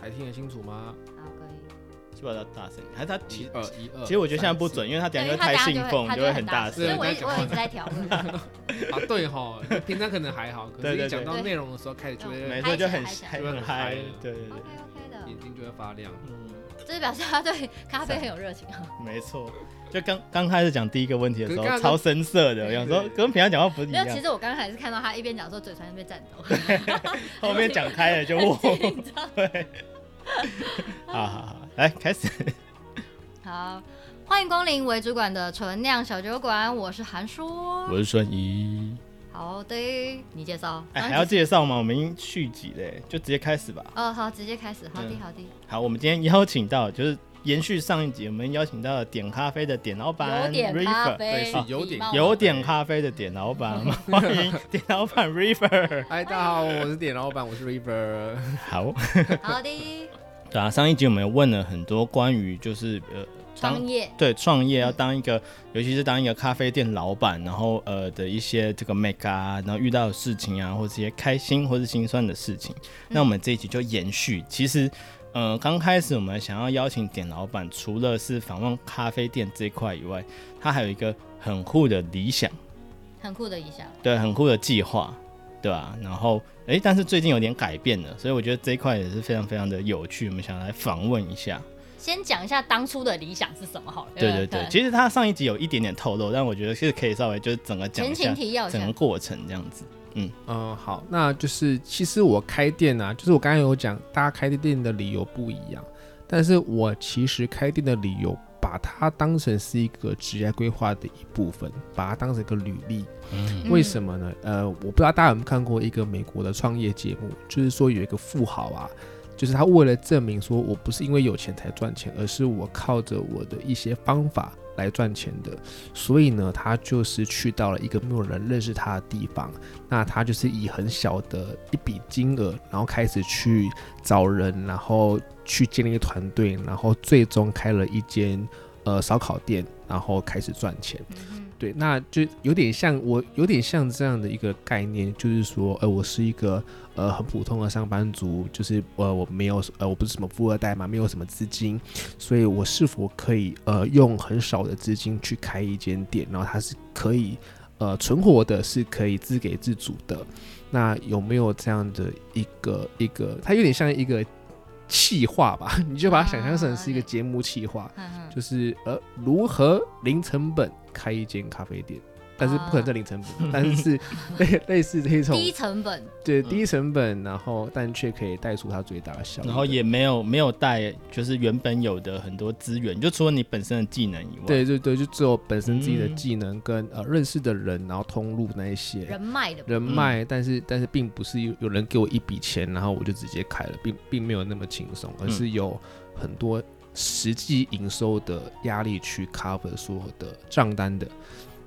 很清楚吗？好，可以。是不是要大声？还是他其二一二，其实我觉得现在不准，因为他等一下对就他太等下兴奋，他就会很大大所以声。我一对直我一直在调整，啊，对哈，平常可能还好，可对是对一讲到对内容的时候开始就对会没嗨错，起就来很嗨哦起来还很嗨就很嗨，对对对 OK，OK 眼的，睛就会发亮。嗯，就是表示他对咖啡很有热情啊。 没错。就刚刚开始讲第一个问题的时可是刚候，刚超深色的，我想说对跟平常讲话不一没有，其样。实我刚开始看到他一边讲说嘴唇一边颤 抖，后面讲开了就哇，很紧张。 好好好，来开始。好，欢迎光临为主管的纯酿小酒馆，我是韩叔。是顺一。好的，你介绍。哎，还要介绍吗？我们已经续集嘞，就直接开始吧。哦，好，直接开始。好的，嗯好的。好，我们今天邀请到就是延续上一集，我们邀请到了点咖啡的点老板有点咖 River，啡，对是有点礼貌咖啡有点咖啡的点老板，我们欢迎点老板 River。哎嗨，大家好，我是点老板，我是 River。好，好的，对啊，上一集我们有问了很多关于就是呃当创业对创业要当一个，尤其是当一个咖啡店老板，然后呃的一些这个 make 啊，然后遇到的事情啊，或者一些开心或是心酸的事情。那我们这一集就延续，其实。呃，刚开始我们想要邀请点老板，除了是访问咖啡店这一块以外，他还有一个很酷的理想，很酷的一项。对，很酷的计划，对吧、然后，诶，但是最近有点改变了，所以我觉得这一块也是非常非常的有趣，我们想来访问一下。先讲一下当初的理想是什么好了。对不对对，其实他上一集有一点点透露，但我觉得是可以稍微就是整个讲一前情下提要一整个下。过程这样子。嗯，好，那就是其实我开店啊，就是我刚才有讲，大家开店的理由不一样，但是我其实开店的理由，把它当成是一个职业规划的一部分，把它当成一个履历。嗯为什么呢？呃，我不知道大家有没有看过一个美国的创业节目，就是说有一个富豪啊，就是他为了证明说我不是因为有钱才赚钱，而是我靠着我的一些方法来赚钱的，所以呢，他就是去到了一个没有人认识他的地方，那他就是以很小的一笔金额，然后开始去找人，然后去建立团队，然后最终开了一间呃烧烤店，然后开始赚钱。嗯对，那就有点像我，有点像这样的一个概念，就是说，呃，我是一个呃很普通的上班族，就是呃我没有呃我不是什么富二代嘛，没有什么资金，所以我是否可以呃用很少的资金去开一间店，然后它是可以呃存活的，是可以自给自足的。那有没有这样的一个一个，它有点像一个企划吧？ 你就把它想象成是一个啊节目企划，嗯嗯就是呃，如何零成本开一间咖啡店，但是不可能在零成 本，但是是类类似这种低成本，嗯对低成本，然后但却可以带出它最大的效益，然后也没有没有带就是原本有的很多资源，就除了你本身的技能以外，对对对，就只有本身自己的嗯技能跟、呃认识的人，然后通路那一些人脉的。人脉，但是但是并不是有有人给我一笔钱，然后我就直接开了，并并没有那么轻松，而是有很多实际营收的压力去 cover 所有的账单的。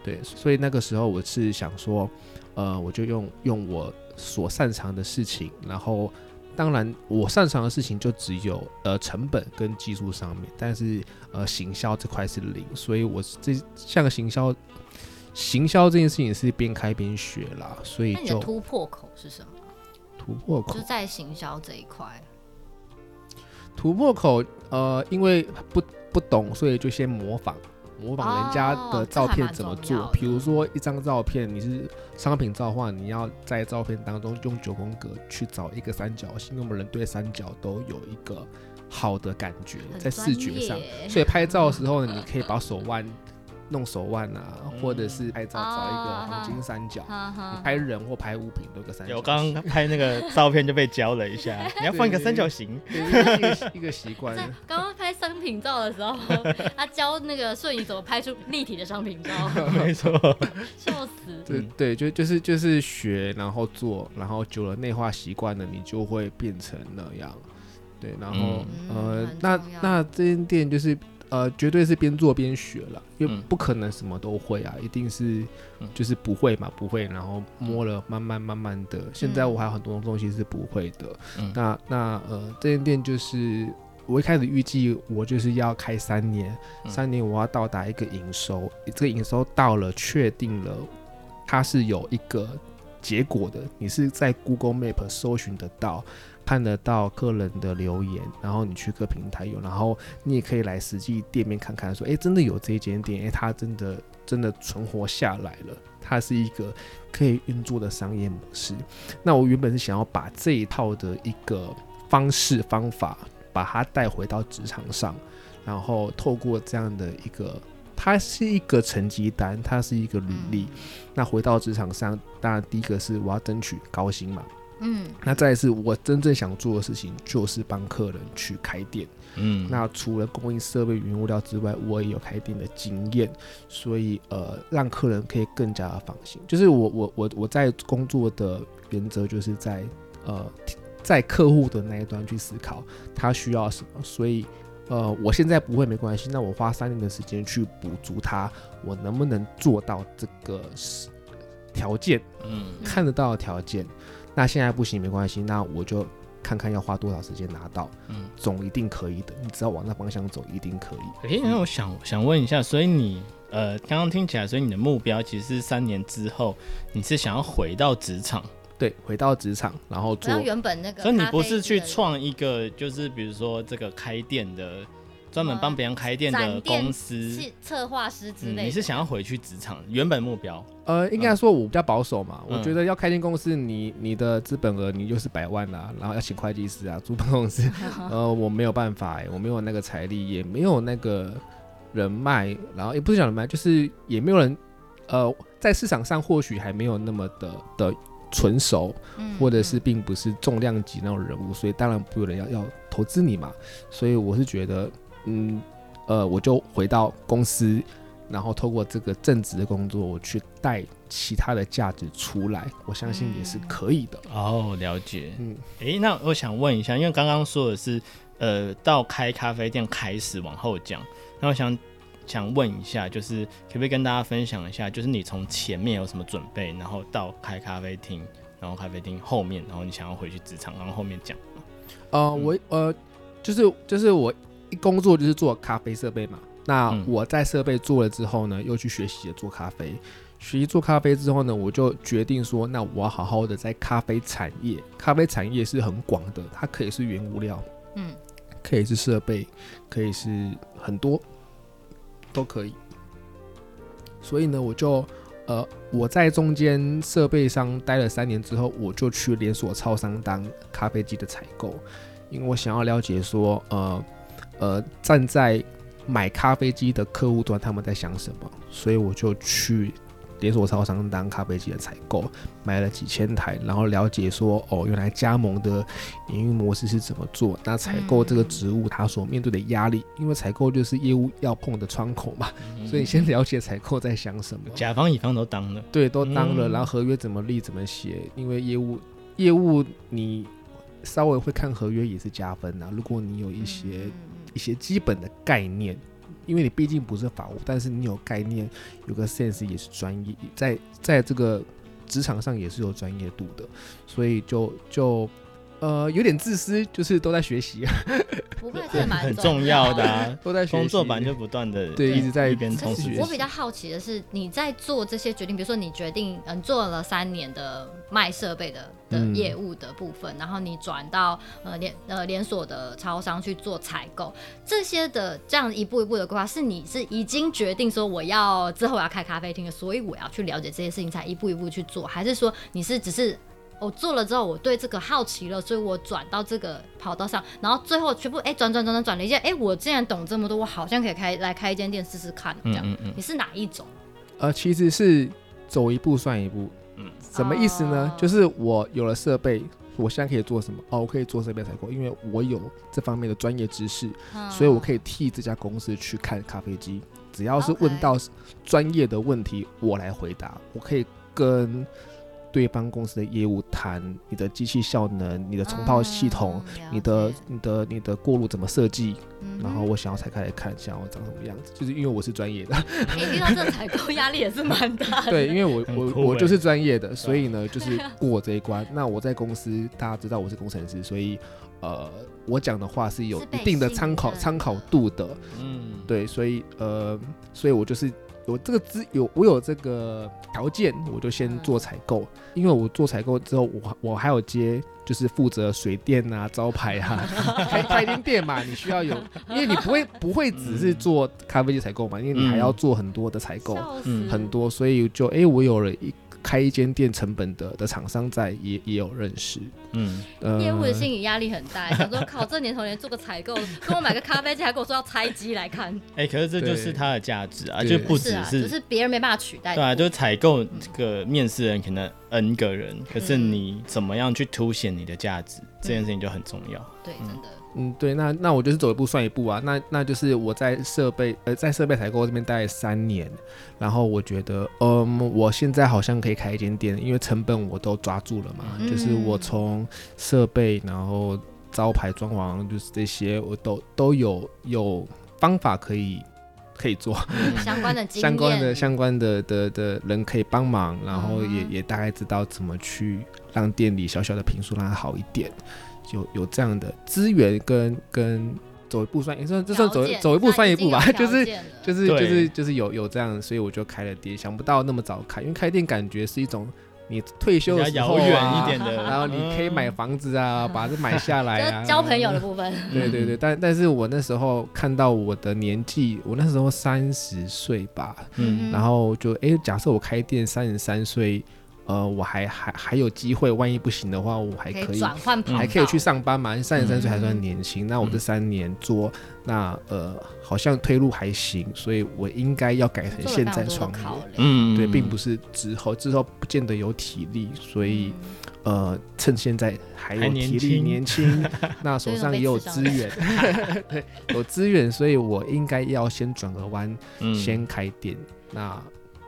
对，所以那个时候我是想说，呃，我就用用我所擅长的事情，然后当然我擅长的事情就只有呃成本跟技术上面，但是呃行销这块是零，所以我是这像行销行销这件事情是边开边学啦，所以那你的就突破口是什么？突破口就是在行销这一块。突破口，呃，因为不不懂，所以就先模仿。模仿人家哦的这照还片蛮怎么重要做的，比如说一张照片，你是商品照的话，你要在照片当中用九宫格去找一个三角形，因为我们人对三角都有一个好的感觉，很在视觉上专，业所以拍照的时 候呢，你可以把手腕弄手腕啊，嗯或者是拍照找一个哦黄金三角，哈哈你拍人或拍物品都有个三角形。有刚刚拍那个照片就被教了一下， 你要放一个三角形， 对一个一个习惯，在刚刚拍商品照的时候，他教那个瞬影怎么拍出立体的 商品照，没错，笑死。对嗯对，就就是就是学，然后做，然后久了内化习惯了，你就会变成那样。对，然后、嗯呃很，那重要那这间店就是呃，绝对是边做边学了，因为嗯不可能什么都会啊，一定是嗯就是不会嘛，不会，然后摸了，慢慢慢慢的。现在嗯我还有很多东西是不会的。嗯那那呃，这间店就是我一开始预计我就是要开三年，嗯三年我要到达一个营收，这个营收到了，确定了，它是有一个结果的，你是在 Google Map 搜寻得到，看得到客人的留言，然后你去各平台有，然后你也可以来实际店面看看，说，哎，真的有这一间店，哎，它真的真的存活下来了，它是一个可以运作的商业模式。那我原本是想要把这一套的一个方式方法，把它带回到职场上，然后透过这样的一个，它是一个成绩单，它是一个履历。那回到职场上，当然第一个是我要争取高薪嘛，嗯那再来是我真正想做的事情，就是帮客人去开店。嗯，那除了供应设备、原物料之外，我也有开店的经验，所以呃，让客人可以更加的放心。就是我我我我在工作的原则就是在呃在客户的那一端去思考他需要什么，所以呃我现在不会没关系，那我花三年的时间去补足他，我能不能做到这个是条件？嗯看得到的条件，那现在不行没关系，那我就看看要花多少时间拿到，嗯，总一定可以的。你只要往那方向走，一定可以。诶，那我想想问一下，所以你呃，刚刚听起来，所以你的目标其实是三年之后，你是想要回到职场，对，回到职场，然后好做像原本那个，所以你不是去创一个就是比如说这个开店的，专门帮别人开店的呃展店公司，是策划师之类嗯的，你是想要回去职场原本目标？呃，应该说我比较保守嘛，嗯我觉得要开店公司，你你的资本额你就是百万啦、啊然后要请会计师啊，租办公 室，呃，我没有办法、欸，我没有那个财力，也没有那个人脉，然后也不是讲人脉，就是也没有人，呃，在市场上或许还没有那么的的纯熟，嗯或者是并不是重量级那种人物，所以当然不有人要要投资你嘛。所以我是觉得，嗯，呃，我就回到公司，然后透过这个正职的工作，我去带其他的价值出来，我相信也嗯是可以的。哦，了解。嗯，诶，那我想问一下，因为刚刚说的是，呃，到开咖啡店开始往后讲，那我想想问一下，就是可不可以跟大家分享一下，就是你从前面有什么准备，然后到开咖啡厅，然后咖啡厅后面，然后你想要回去职场，然后后面讲。呃，我呃，就是就是我一工作就是做咖啡设备嘛。那嗯我在设备做了之后呢，又去学习了做咖啡。学习做咖啡之后呢，我就决定说，那我要好好的在咖啡产业，咖啡产业是很广的，它可以是原物料，嗯可以是设备，可以是很多，都可以。所以呢，我就呃，我在中间设备商待了三年之后，我就去连锁超商当咖啡机的采购，因为我想要了解说，呃呃，站在买咖啡机的客户端他们在想什么，所以我就去连锁超商当咖啡机的采购，买了几千台，然后了解说，哦，原来加盟的营运模式是怎么做，那采购这个职务它所面对的压力，因为采购就是业务要碰的窗口嘛，所以你先了解采购在想什么。甲方乙方都当了，对，都当了，嗯然后合约怎么立怎么写，因为业务业务你稍微会看合约也是加分啊呐、如果你有一些、嗯嗯一些基本的概念，因为你毕竟不是法务，但是你有概念，有个 sense 也是专业，在在这个职场上也是有专业度的，所以就就呃有点自私，就是都在学习， 嗯不会这蛮很重要的、啊。都 在学习工作版就不断的对一直在一边可充是实学我习比较好奇的是，你在做这些决定，比如说你决定嗯做了三年的卖设备的的嗯业务的部分，然后你转到呃连呃连锁的超商去做采购，这些的这样一步一步的规划，是你是已经决定说我要之后我要开咖啡厅了，所以我要去了解这些事情才一步一步去做，还是说你是只是我做了之后，我对这个好奇了，所以我转到这个跑道上，然后最后全部哎转转转转转了一下，哎，我竟然懂这么多，我好像可以开来开一间店试试看，这嗯样。嗯嗯，你是哪一种？呃其实是走一步算一步，嗯什么意思呢？哦就是我有了设备。我现在可以做什么？哦，我可以做设备采购，因为我有这方面的专业知识，嗯所以我可以以替这家公司去看咖啡机，只要是 OK 问到专业的问题，我来回答，我可以跟对方公司的业务谈你的机器效能、呃你的冲泡系统、，嗯你的、你的、你的过路怎么设计，嗯然后， 了我想要拆开来看，想要长什么样子，就是因为我是专业的，解嗯哼诶遇到这种采购压力也是蛮大 的。对，因为我很我酷我欸就是专业的，所以呢，就是过这一关。那我在公司，大家知道我是工程师，所以呃，我讲的话是有是一被定的信参考任参考的度的。嗯，对，所以呃，所以我就是有这个资有我有这个条件，我就先做采购，因为我做采购之后，我我还有接就是负责水电啊、招牌 啊、开开间店嘛，你需要有，因为你不会不会只是做咖啡机采购嘛，因为你还要做很多的采购，笑嗯死，很多，所以就哎、我有了一开一间店成本的的厂商在也也有认识，嗯，呃，业务的心理压力很大，想说靠，这年头连做个采购，跟我买个咖啡机，还跟我说要拆机来看，哎、可是这就是它的价值啊，对就不只是啊，只是别人没办法取代对。啊，就采购这个面试人可能 N 个人，可是你怎么样去凸显你的价值，这件事情就很重要。对，真的，嗯，对，那那我就是走一步算一步啊。那那就是我在设备呃，在设备采购这边待了三年，然后我觉得，嗯，我现在好像可以开一间店，因为成本我都抓住了嘛，嗯就是我从设备，然后招牌、装潢，就是这些我都都有有方法可以可以做，相关的经验，相关的相关的的的人可以帮忙，然后也、嗯也大概知道怎么去让店里小小的平数让它好一点，就有这样的资源跟跟走一步算，也算这算走条件走一步算一步吧，他已就经有是条件了 就是对就是就是有有这样，所以我就开了店，想不到那么早开，因为开店感觉是一种你退休比的较时遥候远啊一点的，然后你可以买房子啊，把这买下来啊，就嗯 交朋友的部分，对对对，但但是我那时候看到我的年纪，我那时候三十岁吧，嗯，然后就诶，假设我开店三十三岁，呃，我还还还有机会，万一不行的话，我还可可以以转换跑道，还可以去上班嘛，三十三岁还算嗯年轻。那我这三年做，那呃好像退路还行，所以我应该要改成做了现在非常创多的业考。量，嗯对，并不是是之后，之后不见得有体力，所以嗯呃，趁现在还有还年体力、轻年 轻，那手上也有资源， 对，有资源，所以我应该要先转个弯，嗯先开店，那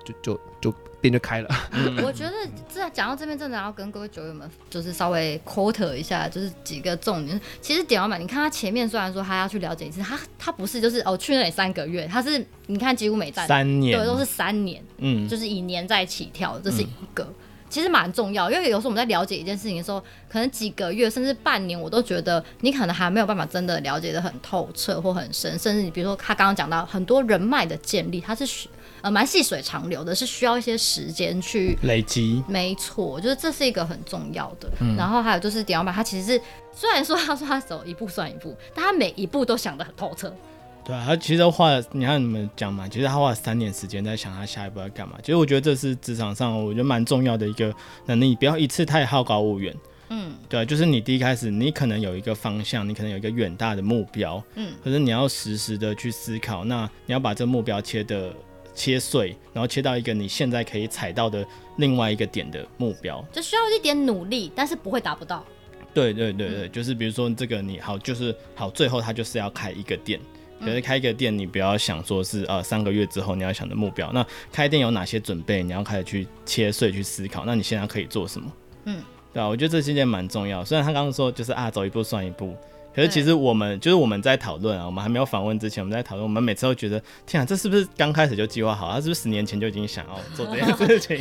就就就店就开了。 我觉得这讲到这边，真的要跟各位酒友们就是稍微 quote 一下，就是几个重点。其实点老板，你看他前面虽然说他要去了解一次，他他不是就是哦去那里三个月，他是你看几乎每站三年，对都是三年，嗯就是以年在起跳，这是一个。其实蛮重要，因为有时候我们在了解一件事情的时候，可能几个月甚至半年，我都觉得你可能还没有办法真的了解的很透彻或很深，甚至你比如说他刚刚讲到很多人脉的建立，它是需呃蛮细水长流的，是需要一些时间去累积，没错，就是这是一个很重要的。然后还有就是点老板，他其实是虽然说他说他走一步算一步，但他每一步都想得很透彻。对啊，他其实花了，你看你们讲嘛，其实他花了三年时间在想他下一步要干嘛。其实我觉得这是职场上我觉得蛮重要的一个能力，不要一次太好高骛远。嗯，对啊，就是你第一开始，你可能有一个方向，你可能有一个远大的目标，嗯，可是你要实时的去思考，那你要把这个目标切的切碎，然后切到一个你现在可以踩到的另外一个点的目标。就需要一点努力，但是不会达不到。对对对嗯对，就是比如说这个你好，就是好，最后他就是要开一个店。可嗯是开一个店，你不要想说是呃三个月之后你要想的目标。那开店有哪些准备？你要开始去切碎去思考。那你现在可以做什么？嗯，对啊，我觉得这是一件蛮重要。虽然他刚刚说就是啊走一步算一步，可是对其实我们就是我们在讨论啊，我们还没有访问之前，我们在讨论，我们每次都觉得天啊，这是不是刚开始就计划好？他啊是不是十年前就已经想要做这件事情？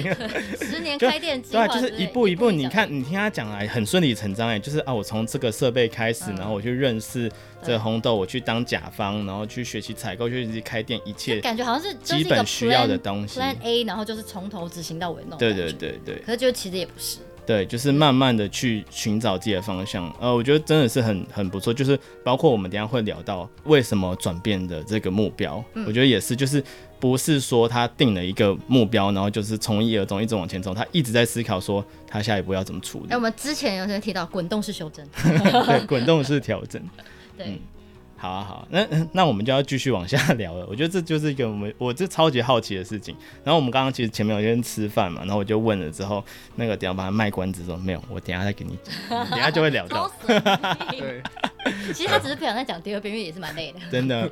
十年就开店计对啊，划，就是一步一步，你看，，你听他讲来很顺理成章哎，就是啊，我从这个设备开始，嗯然后我去认识这对个红豆，我去当甲方，然后去学习采购，去学习开店，一切感觉好像是就是一基个本需要的 plan- 东西。 Plan A，然后就是从头执行到尾弄。对对。对对可是就其实也不是，对，就是慢慢的去寻找自己的方向。呃，我觉得真的是很很不错，就是包括我们等一下会聊到为什么转变的这个目标，嗯我觉得也是，就是不是说他定了一个目标，然后就是从一而终，一直往前走，他一直在思考说他下一步要怎么处理哎，我。们之前有些提到滚动式修正，对，滚动式调整。对，好啊，好啊，那 那我们就要继续往下聊了。我觉得这就是一个我们我这超级好奇的事情。然后我们刚刚其实前面有先吃饭嘛，然后我就问了之后，那个等一下把它卖关子说没有，我等一下再给你讲，等一下就会聊超到，神秘。对， 其实他只是不想再讲第二遍，因为也是蛮累的。真的。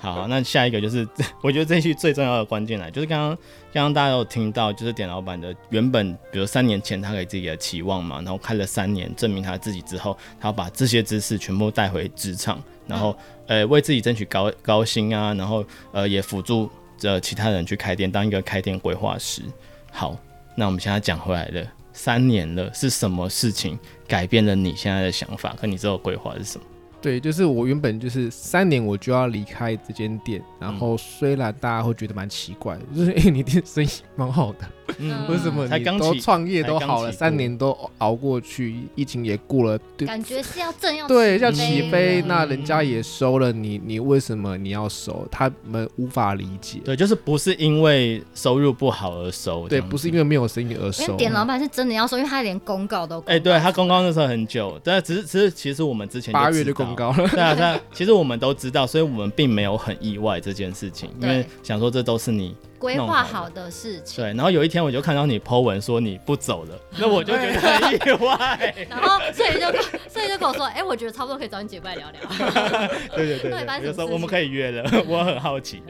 好，那下一个就是我觉得这一句最重要的关键来，就是刚刚刚刚大家有听到，就是点老板的原本，比如三年前他给自己的期望嘛，然后开了三年，证明他自己之后，他要把这些知识全部带回职场，然后嗯呃为自己争取高高薪啊，然后呃也辅助呃其他人去开店，当一个开店规划师。好，那我们现在讲回来了，三年了，是什么事情改变了你现在的想法？跟你之后的规划是什么？对，就是我原本就是三年我就要离开这间店，然后虽然大家会觉得蛮奇怪的，就是哎、诶你店生意蛮好的，嗯为什么才你刚都起创业都才刚好了，起步三年都熬过去，疫情也过了，嗯对感觉是要正要对，要起起飞飞了，那人家也收了你，你为什么你要收？他们无法理解，对，就是不是因为收入不好而收，对，不是因为。为没有生意而因收为，典老板是真的要收，因为他连公告都公告哎、对他公告那时候很久，但只是只是其实我们之前八月知就道公告了， 对啊，对啊，其实我们都知道，所以我们并没有很意外这件事情，因为对想说这都是你规弄划好好的事情，对。然后有一天我就看到你 Po 文说你不走 了，那我就觉得很意外。然后所以就跟所以就跟我说，哎、我觉得差不多可以找你姐妹来聊聊。啊对对对那你发生对，我就什么说事我们可以约了， 我很好奇。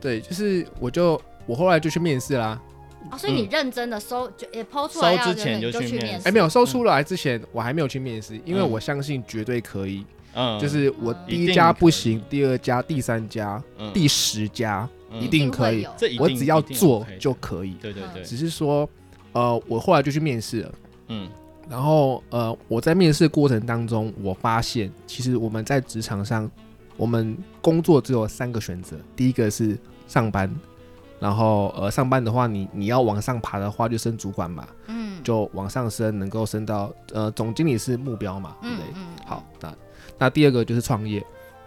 对，就是我就我后来就去面试啦，哦，所以你认真的收，就也抛出嗯收来要之认真前你就就去去面面哎、试。没有收出来之前我还没有去面试，因为嗯我相信绝对可以，嗯，就是我嗯第一家不一行，第二家、第三家、嗯第十家，嗯一定可以会有这一定我只要一定做 OK 的就可以，嗯对对对，只是说，呃，我后来就去面试了。嗯然后呃，我在面试过程当中，我发现其实我们在职场上，我们工作只有三个选择，第一个是上班，然后呃上班的话你，你要往上爬的话就升主管嘛，嗯，就往上升，能够升到呃总经理是目标嘛，对不对？嗯，好，那那第二个就是创业，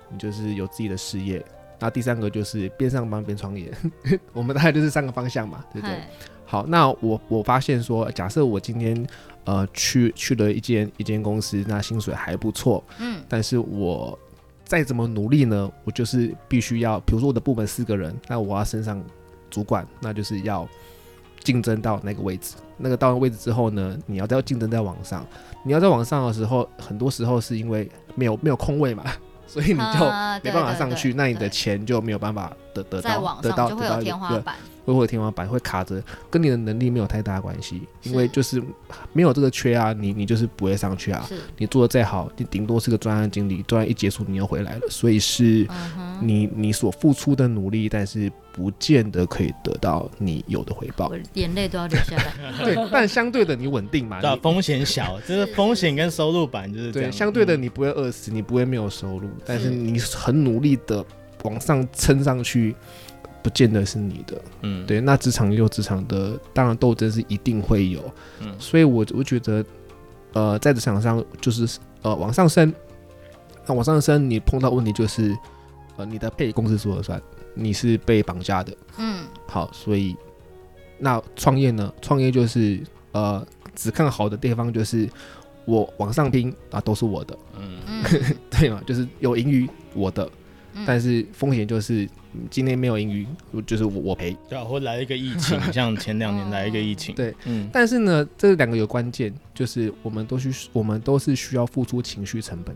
你就是有自己的事业。那第三个就是边上班边创业， 我们大概就是三个方向嘛，对不对？嗨好，那我我发现说，假设我今天呃去去了一间一间公司，那薪水还不错，嗯但是我再怎么努力呢，我就是必须要，比如说我的部门四个人，那我要升上主管，那就是要竞争到那个位置。那个到了位置之后呢，你要再竞争在往上，你要在往上的时候，很多时候是因为没有没 有空位嘛，所以你 就啊没对办法对上对去，那你的对钱就没有办法得得在到网得到上就会得有到一天个花对板，会或天花板会卡着，跟你的能力没有太大的关系，是因为就是没有这个缺啊，你你就是不会上去啊。是，你做的再好，你顶多是个专案经理，专案一结束你又回来了，所以是嗯哼。你你所付出的努力，但是不见得可以得到你有的回报我。眼泪都要流 下来，对，但相对的你稳定嘛，对啊，你风险小，就是风险跟收入版就是这对样。相对的嗯你不会饿死，你不会没有收入，但是你很努力的往上撑上去，不见得是你的。嗯，对，那职场也有职场的，当然斗争是一定会有，嗯所以我我觉得，呃，在职场上就是呃往上升，那往上升你碰到问题就是，呃，你的被公司说了算，你是被绑架的。嗯，好，所以那创业呢？创业就是呃只看好的地方就是我往上拼啊，都是我的，嗯嗯，对嘛？就是有盈余我的，嗯但是风险就是嗯今天没有盈余，我就是我我赔。对啊，或来一个疫 情，像前两年来一个疫情，对，嗯，但是呢，这两个有关键，就是我们都需我们都是需要付出情绪成本，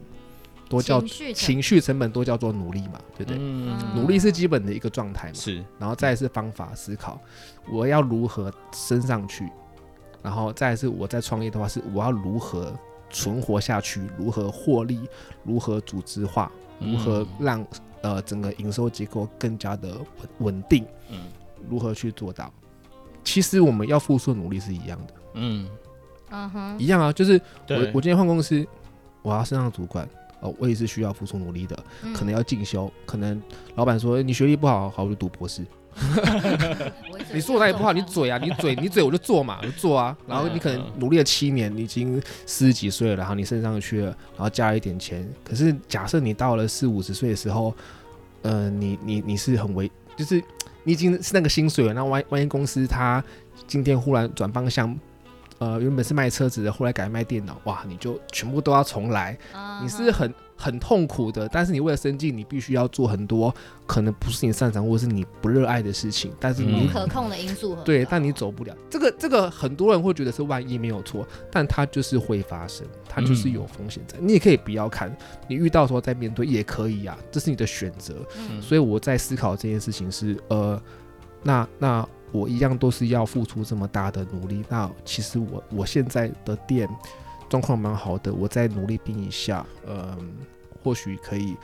都叫情绪成情绪成本都叫做努力嘛，对不对？嗯努力是基本的一个状态嘛，是，然后再来是方法思考，我要如何升上去，然后再来是我在创业的话是我要如何存活下去，如何获利，如何组织化，嗯如何让、呃整个营收结构更加的稳稳定，嗯如何去做到？其实我们要付出的努力是一样的，嗯，嗯哼，一样啊，就是我对，我今天换公司，我要升上主管，哦，我也是需要付出努力的，嗯可能要进修，可能老板说、欸你学历不好，好我就读博士。我一直你有说我哪里这不好，种你想嘴啊，你嘴，你嘴我就做嘛，我就做啊。然后你可能努力了七年，你已经四十几岁了，然后你升上去了，然后加了一点钱。可是假设你到了四五十岁的时候，呃，你你你是很危，就是你已经是那个薪水了，那万一万一公司它今天忽然转方向。呃，原本是卖车子的，后来改卖电脑，哇，你就全部都要重来，嗯哼你是很很痛苦的，但是你为了生计，你必须要做很多可能不是你擅长或是你不热爱的事情，但是你不可控的因素很对，高但你走不了。这个这个很多人会觉得是万一没有错，但它就是会发生，它就是有风险在。你也可以不要看，你遇到的时候再面对也可以啊，这是你的选择。嗯所以我在思考这件事情是，呃，那那我一样都是要付出这么大的努力。那其实我我现在的店状况蛮好的，我再努力呃拼一下，嗯、或许可以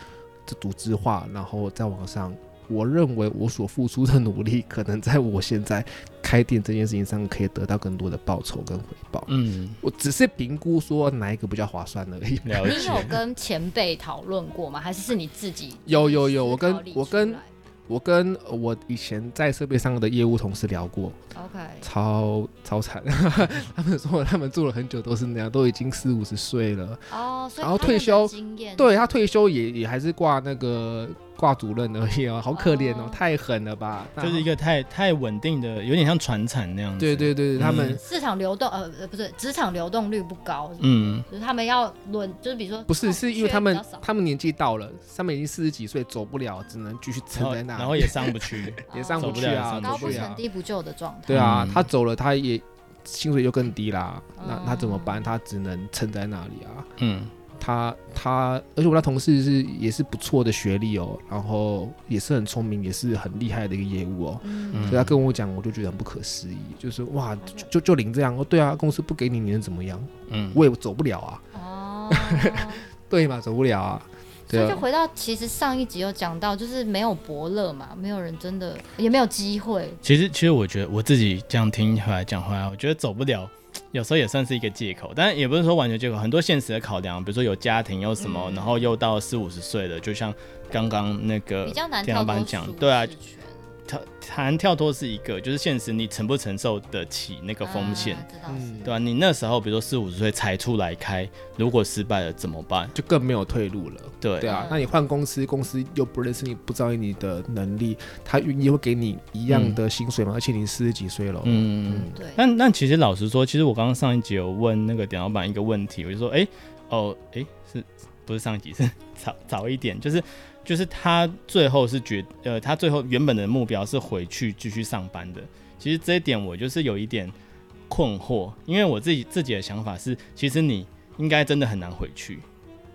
这组织化，然后再往上我认为我所付出的努力，可能在我现在开店这件事情上可以得到更多的报酬跟回报。 嗯，我只是评估说哪一个比较划算而已。了你有解。跟前辈讨论过吗？还是是你自己？有有有，我思考跟理我出跟来我跟呃我以前在设备上的业务同事聊过， OK，超超惨。 他们说他们做了很久都是那样，都已经四五十岁了。哦，所以然后他退们的休经验，对他退休也也还是挂那个挂主任而已哦，好可怜哦，哦太狠了吧！就是一个个太太稳定的，有点像传产那样子。对，对对，对他们、市场流动呃呃不是职场流动率不高，嗯，就是他们要轮，就是比如说不是哦是因缺为他们比较少他们年纪到了，他们已经四十几岁，走不了，只能继续然撑后在那里哦然后也上不 去，也上哦不去啊，走高走不不去啊了成。低不就的状态。对啊嗯，他走了，他也薪水就更低啦，那嗯那怎么办？他只能撑在那里啊。嗯，他他，而且我那同事是也是不错的学历哦，然后也是很聪明，也是很厉害的一个业务哦。嗯，所以他跟我讲，我就觉得很不可思议，就是哇，就就就领这样哦，对啊，公司不给你，你能怎么样？嗯，我也走不了啊，哦， 对啊嘛，走不了啊，所对以就啊，回到其实上一集有讲到，就是没有伯乐嘛，没有人真的也没有机会，其实其实我觉得我自己这样听回来讲回来，我觉得走不了，有时候也算是一个借口，但也不是说完全借口，很多现实的考量，比如说有家庭又什么，嗯然后又到四五十岁了，就像刚刚那个比较难天跳花板脱讲舒对啊适圈跳谈跳脱是一个，就是现实你承不承受得起那个风险，啊这倒是嗯对吧、你那时候比如说四五十岁才出来开，如果失败了怎么办？就更没有退路了。对，对啊嗯，那你换公司，公司又不认识你，不知道你的能力，他愿意会给你一样的薪水吗？而且你四十几岁了，嗯。嗯对，但但其实老实说，其实我刚刚上一集有问那个点老板一个问题，我就说，哎、哦，哎、是不是上一集是早早一点，就是就是他最后是决，呃，他最后原本的目标是回去继续上班的。其实这一点我就是有一点困惑，因为我自己自己的想法是，其实你应该真的很难回去，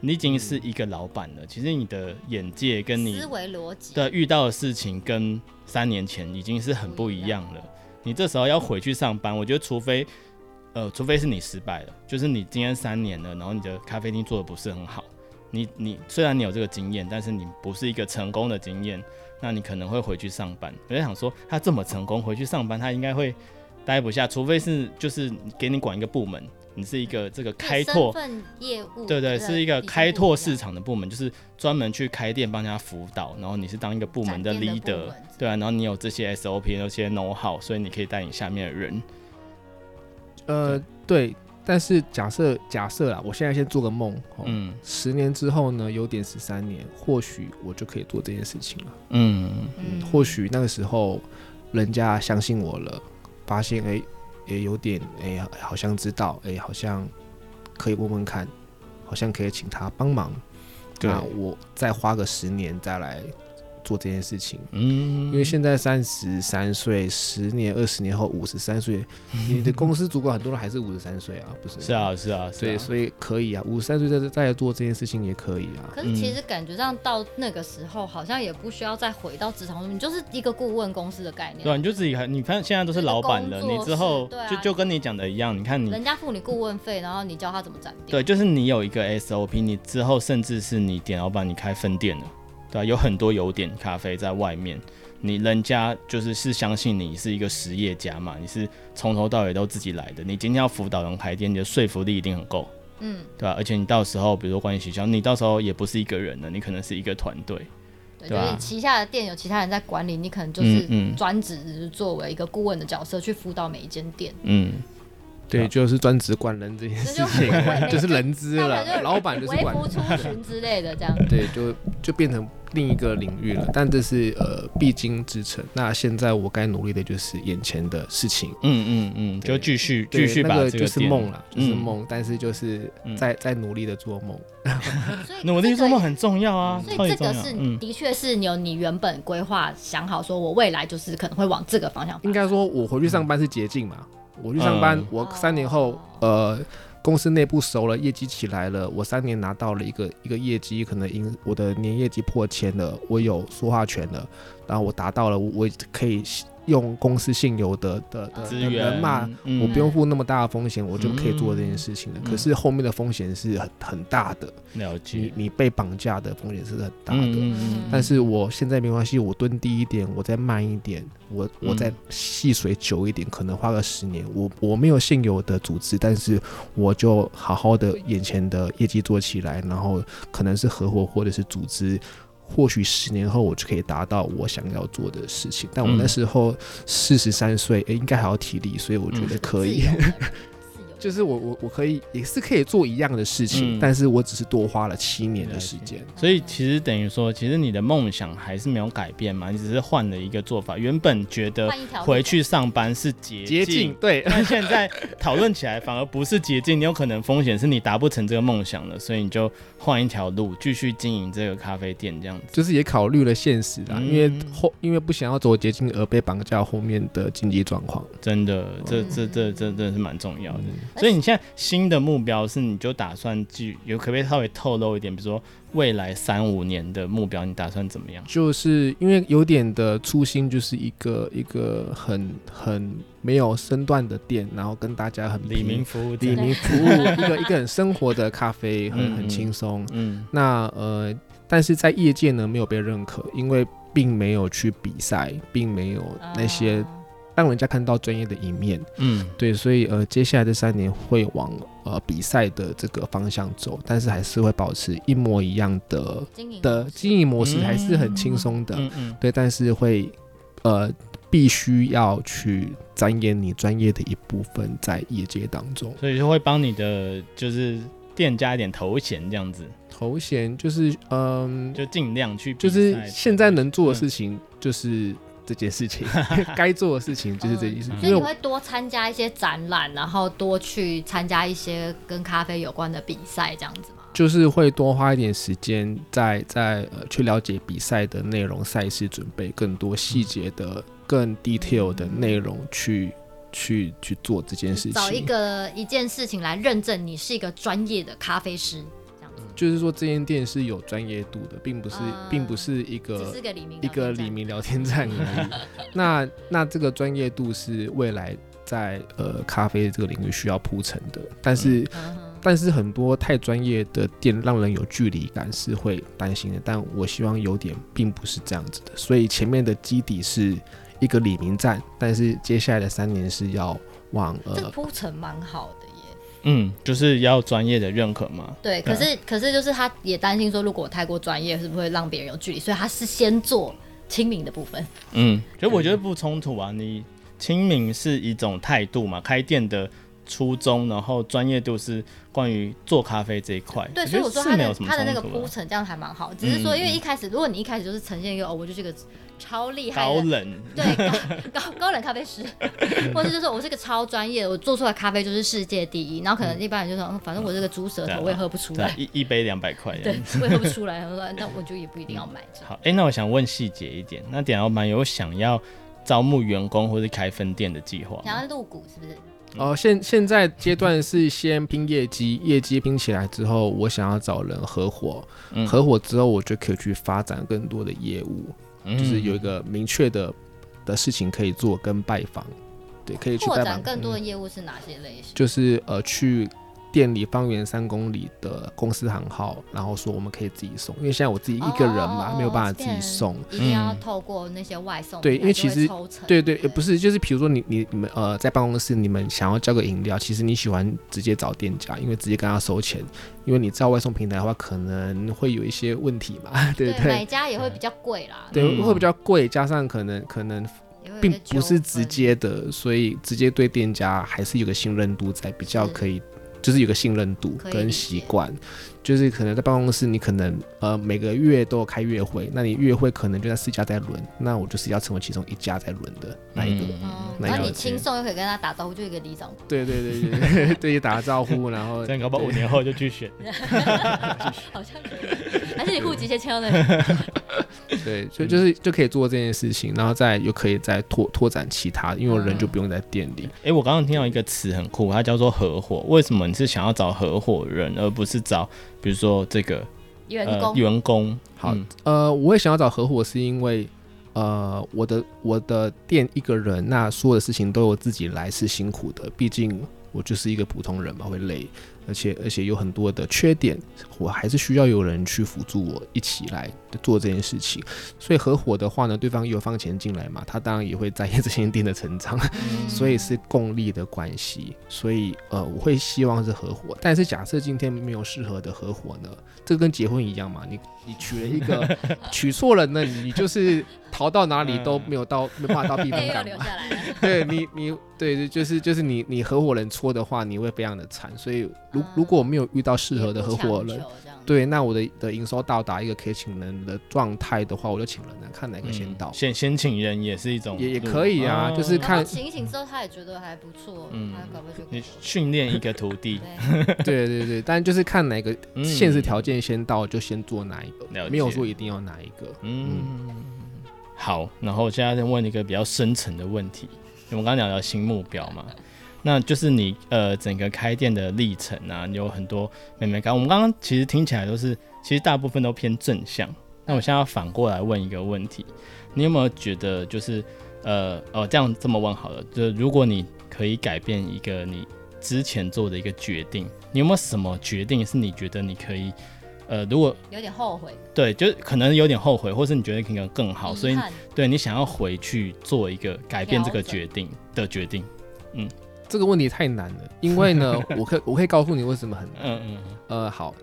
你已经是一个老板了，其实你的眼界跟你嗯思维逻辑的遇到的事情跟三年前已经是很不一样了。你这时候要回去上班，我觉得除非，呃，除非是你失败了，就是你今天三年了，然后你的咖啡厅做的不是很好，你你虽然你有这个经验，但是你不是一个成功的经验，那你可能会回去上班。我在想说，他这么成功回去上班，他应该会待不下，除非是就是给你管一个部门，你是一个这个开拓身。份业务，对对，这是一个已经开拓不一市样场的部门，就是专门去开店帮人家辅导，然后你是当一个部门的展店的 leader，部门对啊，然后你有这些 SOP，有这些 know how，所以你可以带你下面的人。呃，对。但是假设假设啦，我现在先做个梦，哦、嗯十年之后呢，有点十三年，或许我就可以做这件事情了。嗯嗯嗯，或许那个时候人家相信我了，发现哎、也有点哎、好像知道哎、好像可以问问看，好像可以请他帮忙。对那我再花个十年再来做这件事情，嗯，因为现在三十三岁，十年、二十年后五十三岁，你的公司主管很多人还是五十三岁啊，不是？是，啊是啊，对，是啊，所以可以啊，五十三岁再再来做这件事情也可以啊。可是嗯其实感觉上到那个时候，好像也不需要再回到职场中，你就是一个顾问公司的概念。对啊，你就自己还，你看现在都是老板了，就是工你作之后室对啊就就跟你讲的一样，你看你人家付你顾问费，然后你教他怎么展店。嗯对，就是你有一个 SOP，你之后甚至是你点老板，你开分店了，对啊，有很多有点咖啡在外面，你人家就是是相信你是一个实业家嘛，你是从头到尾都自己来的，你今天要辅导人开店，你的说服力一定很够。嗯，对啊吧、而且你到时候，比如说关于学校，你到时候也不是一个人了，你可能是一个团队。对，就对啊是你旗下的店有其他人在管理，你可能就嗯嗯是专职作为一个顾问的角色去辅导每一间店。嗯，对，就是专职管人这件这事就情很会，就是人资大了不了，就老板就是微管服人 出巡之类的，这样对，就就变成另一个领域了。但这是呃必经之程。那现在我该努力的就是眼前的事情，嗯嗯嗯，就对继续对继续把那个这就是店梦了，就是嗯梦。但是就是在在努力的做梦，所以努力这做个梦很重要啊，所超以级这重个要。是嗯的确是你有你原本规划想好，说我未来就是可能会往这个方向发展。应该说我回去上班是捷径嘛。我去上班嗯，我三年后呃。公司内部熟了，业绩起来了，我三年拿到了一个一个业绩，可能因我的年业绩破千了，我有说话权了，然后我达到了，我我可以用公司现有的的的资的人源嘛，，嗯我不用付那么大的风险，我就可以做这件嗯事情了。嗯可是后面的风险是很很大的，了你解，你被绑架的风险是很大嗯的。嗯嗯但是我现在没关系，我蹲低一点，我再慢一点，我我再细水久一点，可能花个十年。我我没有现有的组织，但是我就好好的眼前的业绩做起来，然后可能是合伙或者是组织。或许十年后我就可以达到我想要做的事情，但我那嗯时候四十三岁，诶应该还有体力，所以我觉得可以。自由 的自由的嗯 就是我我我可以也是可以做一样的事情，嗯但是我只是多花了七年的时间。所以其实等于说，其实你的梦想还是没有改变嘛，你只是换了一个做法。原本觉得嗯换一条路回去上班是捷捷径径，对，但现在讨论起来反而不是捷径，你有可能风险是你达不成这个梦想了，所以你就换一条路，继续经营这个咖啡店这样子。就是也考虑了现实啦，嗯因为后因为不想要走捷径而被绑架后面的经济状况。真的，嗯这这这这真的是蛮重要的。所以你现在新的目标是，你就打算去有可不可以稍微透露一点，比如说未来三五年的目标，你打算怎么样？就是因为有点的初心，就是一个一个很很没有身段的店，然后跟大家很李平明服务李站明服务一 个一个很生活的咖啡，嗯很很嗯轻松。嗯那呃，但是在业界呢没有被认可，因为并没有去比赛，并没有那些啊让人家看到专业的一面。嗯对，所以呃，接下来这三年会往呃比赛的这个方向走，但是还是会保持一模一样的经营的模式经营模式，还是很轻松的。嗯嗯，对，啊但是会呃必须要去钻研你专业的一部分在业界当中。所以就会帮你的就是店加一点头衔这样子，头衔就是嗯、就尽量去比就赛嗯是现在能做的事情就是这件事 情，该做的事情就是这件事嗯情。所以因你为会多参加一些展览，然后多去参加一些跟咖啡有关的比赛，这样子吗？就是会多花一点时间在在呃去了解比赛的内容、赛事准备更多细节的、更 detail 的内容去去去做这件事找一情。个一件事情来认证你是一个专业的咖啡师，这样子，就是说，这间店是有专业度的，并不是、啊并不是一只个是个李明呃一聊天个站，李明聊天站而已。 那那这个专业度是未来在呃咖啡这个领域需要铺陈的，但是。嗯哼，但是很多太专业的店让人有距离感，是会担心的。但我希望有点并不是这样子的，所以前面的基底是一个李明站，但是接下来的三年是要往这个嗯呃，铺陈蛮好的耶。嗯，就是要专业的认可嘛。对，对可啊是可是就是他也担心说，如果我太过专业，是不是会让别人有距离？所以他是先做亲民的部分。嗯，就我觉得不冲突啊。你亲民是一种态度嘛，开店的初衷，然后专业度是关于做咖啡这一块。对，觉所以得我说是他没有的什么他的那个冲突啊铺陈这样还蛮好，只是说因为嗯嗯一开始，如果你一开始就是呈现一个哦，我就是个超厉害高的冷， 对高高高冷咖啡师， 或者就是我是个超专业的，我做出来咖啡就是世界第一。然后可能一般人就说，嗯反正我这个猪舌对啊头我也喝不出对啊，来，一一杯两百块 这对样。，嗯我也喝不出来。他说，那 我就也不一定要买这个。好，哎、那我想问细节一点，那点老板有想要招募员工或是开分店的计嗯划吗？想要入股是不是？呃现现在阶段是先拼业绩，业绩拼起来之后，我想要找人合伙，嗯合伙之后我就可以去发展更多的业务，嗯就是有一个明确的的事情可以做跟拜访，对，可以去拓拜嗯展访更多的业务是哪些类型？就是呃去店里方圆三公里的公司行号，然后说我们可以自己送，因为现在我自己一个人嘛，哦没有办法自己送。，一定要嗯透过那些外送对平台因为其就实会抽成对对，也不是，就是比如说你你你们呃在办公室，你们想要叫个饮料，其实你喜欢直接找店家，因为直接跟他收钱，因为你知道外送平台的话可能会有一些问题嘛， 对对不买对？家也会比较贵啦，对，嗯会比较贵，加上可能可能也会有一并些不是纠直纷接的，所以直接对店家还是有个信任度在，比较是可以，就是有个信任度嗯可以跟理习解惯。就是可能在办公室，你可能呃每个月都有开月会，那你月会可能就在四家在轮，那我就是要成为其中一家在轮的那一个。嗯，那然后了你解轻松又可以跟他打招呼，就有一个 里长。对对对对对 对，对打个招呼，然后这样搞不好五年后就去选。 好像可以 还是你户籍先迁到那里。对，所以就是就可以做这件事情，然后再又可以再拓拓展其他，因为我人就不用在店里。哎、我刚刚听到一个词很酷，它叫做合伙。为什么你是想要找合伙人，而不是找比如说这个员工呃、员工？好嗯呃，我也想要找合伙，是因为呃，我的我的店一个人，那所有的事情都由自己来是辛苦的，毕竟我就是一个普通人嘛，会累，而且而且有很多的缺点，我还是需要有人去辅助我一起来做这件事情。所以合伙的话呢，对方也有放钱进来嘛，他当然也会在意这间店的成长，嗯所以是共利的关系。所以呃，我会希望是合伙，但是假设今天没有适合的合伙呢，这跟结婚一样嘛，你你娶了一个 娶错人呢，你就是逃到哪里都没有到，没办法到避风被又港留嘛。下来了。对你，你对，就是就是你，你合伙人错的话，你会非常的惨。所以，如啊如果我没有遇到适合的也合不伙强人，求这样子，对，那我的的营收到达一个可以请人的状态的话，我就请人了，看哪个嗯先 到，先先请人也是一种也也路可以啊哦就是然后看醒一醒之后，他也觉得还不错，嗯他搞不好就你训练一个徒弟， 对对，对对，但就是看哪个嗯现实条，件先到，就先做哪一了个，没有解说一定要哪一个。嗯，好。然后我现在再问一个比较深层的问题，因为我们刚刚聊到新目标嘛，那就是你呃整个开店的历程啊，你有很多妹妹刚，我们刚刚其实听起来都是，其实大部分都偏正向。那我现在要反过来问一个问题，你有没有觉得就是呃哦这样这么问好了，就是如果你可以改变一个你之前做的一个决定，你有没有什么决定是你觉得你可以呃如果有点后悔，对，就是可能有点后悔，或是你觉得可能更好，遗所以憾对你想要回去做一个改变这个决定的决定。这个问题太难了，因为 呢，我可以我可以告诉你为什么很难。嗯嗯呃，好，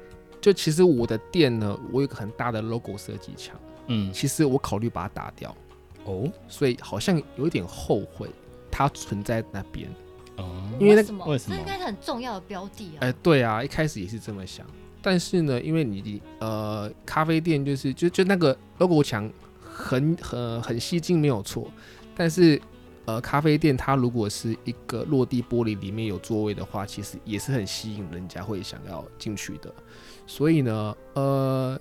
就其实我的店呢，我有一个很大的 logo 设计墙，嗯，其实我考虑把它打掉，哦所以好像有一点后悔它存在那边。哦，因为那什么？为什么这应该是很重要的标的哎、啊。对啊，一开始也是这么想，但是呢，因为你你呃，咖啡店就是就就那个 logo 墙很很很吸睛，没有错，但是。呃，咖啡店它如果是一个落地玻璃里面有座位的话，其实也是很吸引人家会想要进去的。所以呢，呃，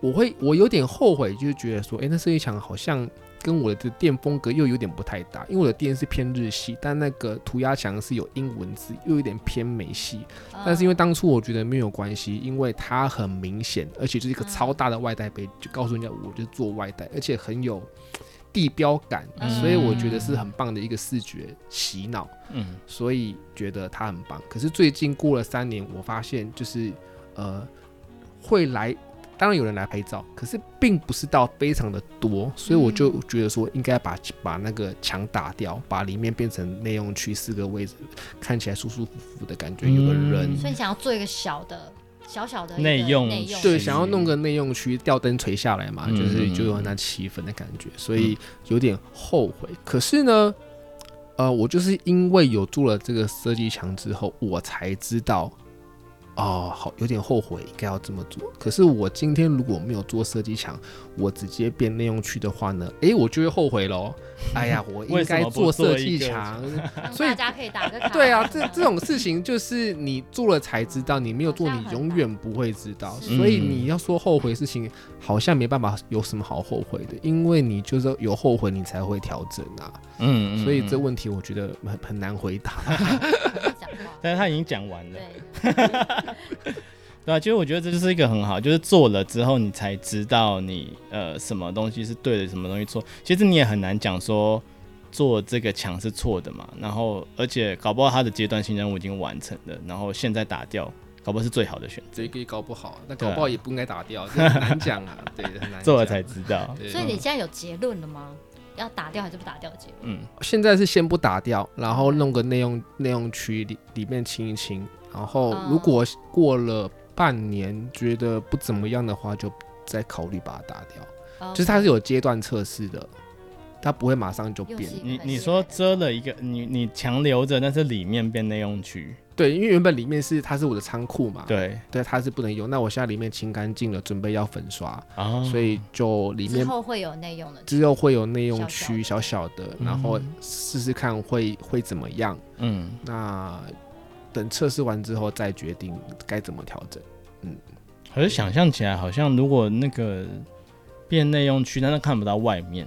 我会我有点后悔，就是觉得说，哎、那设计墙好像跟我的店风格又有点不太搭，因为我的店是偏日系，但那个涂鸦墙是有英文字，又有点偏美系。嗯但是因为当初我觉得没有关系，因为它很明显，而且就是一个超大的外带杯，就告诉人家我就是做外带，而且很有地标感，嗯所以我觉得是很棒的一个视觉洗脑，嗯所以觉得它很棒。可是最近过了三年，我发现就是呃会来。当然有人来拍照，可是并不是到非常的多，所以我就觉得说应该把把那个墙打掉，把里面变成内用区四个位置，看起来舒舒服服的感觉，有个人，嗯所以你想要做一个小的、小小的一个内用内用对，区想要弄个内用区，吊灯垂下来嘛，嗯就是就有那气氛的感觉，所以有点后悔。可是呢，呃，我就是因为有做了这个设计墙之后，我才知道，哦，好，有点后悔应该要这么做。可是我今天如果没有做设计墙，我直接变内用区的话呢，诶，我就会后悔喽。哎呀，我应该做设计墙，让所以大家可以打个卡。对啊，这这种事情就是你做了才知道，你没有做好像你很永难远不会知道，是所以你要说后悔事情，好像没办法有什么好后悔的，因为你就是有后悔你才会调整啊，嗯嗯所以这嗯问题我觉得很很难回 答。会讲话但是他已经讲完了，对，对啊，其实我觉得这就是一个很好，就是做了之后你才知道你呃什么东西是对的，什么东西错。其实你也很难讲说做这个墙是错的嘛。然后而且搞不好他的阶段性任务已经完成了，然后现在打掉，搞不好是最好的选择。这个也搞不好，那对啊搞不好也不应该打掉，这很难讲啊，对，很难 做了讲才知道。对所以你现在有结论了吗？要打掉还是不打掉的结论？嗯，现在是先不打掉，然后弄个内用内用区里里面清一清，然后嗯如果过了半年觉得不怎么样的话，就再考虑把它打掉。哦就是它是有阶段测试的，它不会马上就又变是。一你个你很说厉害的遮了一个，你你强留着，但是里面变内用区，对，因为原本里面是它是我的仓库啊嘛，对对，它是不能用。那我现在里面清干净了，准备要粉刷，啊，所以就里之面后会有内用的，之后会有内用区小小小的，然后试试看会会怎么样。嗯，那等测试完之后再决定该怎么调整。可是想象起来好像如果那个变内用区，但是看不到外面，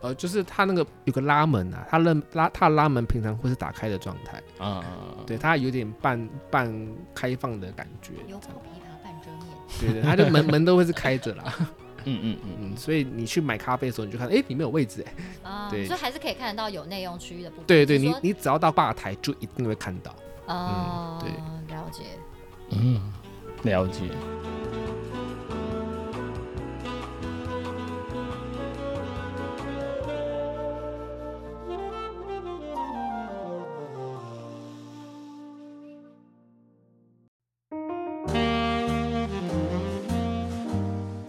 呃，就是它那个有个拉门啊，它拉拉它拉门平常会是打开的状态，啊，对，它有点半半开放的感觉，有口比他半遮面。 对对，它的门门都会是开着啦。嗯嗯嗯嗯，所以你去买咖啡的时候，你就看，哎、里面有位置、哎，啊，对所以还是可以看得到有内用区域的部分。对对，就是你说你只要到吧台就一定会看到。哦，对了解。嗯，了解。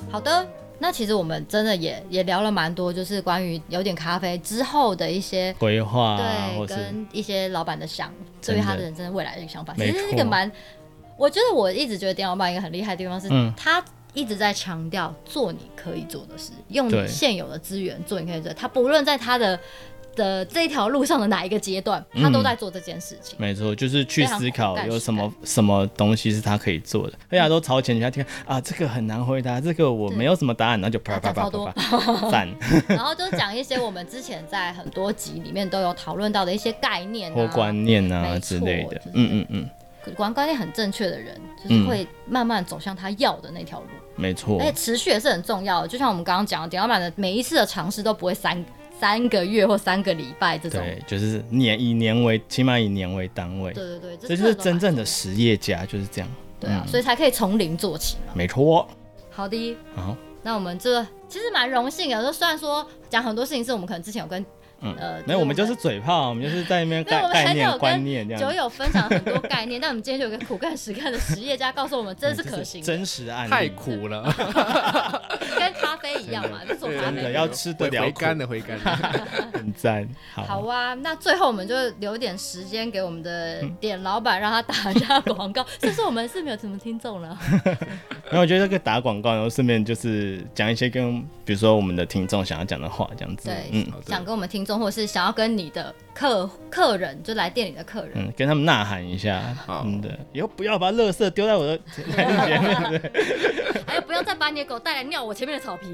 好的，那其实我们真的也也聊了蛮多，就是关于有点咖啡之后的一些。规划啊，对，或是跟一些老板的想，对真的于他的人生未来的一个想法，其没实是一错个蛮，我觉得我一直觉得电老板一个很厉害的地方是，嗯他一直在强调做你可以做的事，用对你现有的资源做你可以做的。他不论在他的的这条路上的哪一个阶段，他都嗯在做这件事情。没错，就是去思考非常苦干有什么什么东西是他可以做的。嗯大家都超前，人家听啊，这个很难回答，这个我没有什么答案，然后就啪啪啪讲啪啪，赞， 然后就讲一些我们之前在很多集里面都有讨论到的一些概念、啊、或观念啊 没错之类的就是。嗯嗯嗯，观观念很正确的人，就是嗯会慢慢走向他要的那条路，没错而。且持续也是很重要的。就像我们刚刚讲的，点老板的每一次的尝试都不会三三个月或三个礼拜这种。对，就是年以年为，起码以年为单位，对对对，这这就是真正的嗯实业家，就是这样。对啊，所以才可以从零做起嘛。没错。哦好的，好，那我们这其实蛮荣幸的，就虽然说讲很多事情是我们可能之前有跟嗯呃，没有，我们就是嘴炮，我们就是在那边没有我们概概很有念、跟观念这酒样。友分享很多概念，但我们今天就有个苦干实干的实业家告诉我们，真是可行的，嗯 真实案例，太苦了，跟咖啡一样嘛，就做咖真的啡。要吃得回了回苦，甘的回甘 的。很赞。好好，啊，那最后我们就留点时间给我们的点老板，让他打一下广 告。这是我们是没有什么听众了，然后我觉得这个打广告，然后顺便就是讲一些跟比如说我们的听众想要讲的话，这样子。对嗯好的想跟我们听众，或是想要跟你的客客人，就来店里的客 人，嗯，跟他们呐喊一下，好嗯的，以后不要把垃圾丢在 我的前面。还哎有不要再把你的狗带来尿我前面的草 皮。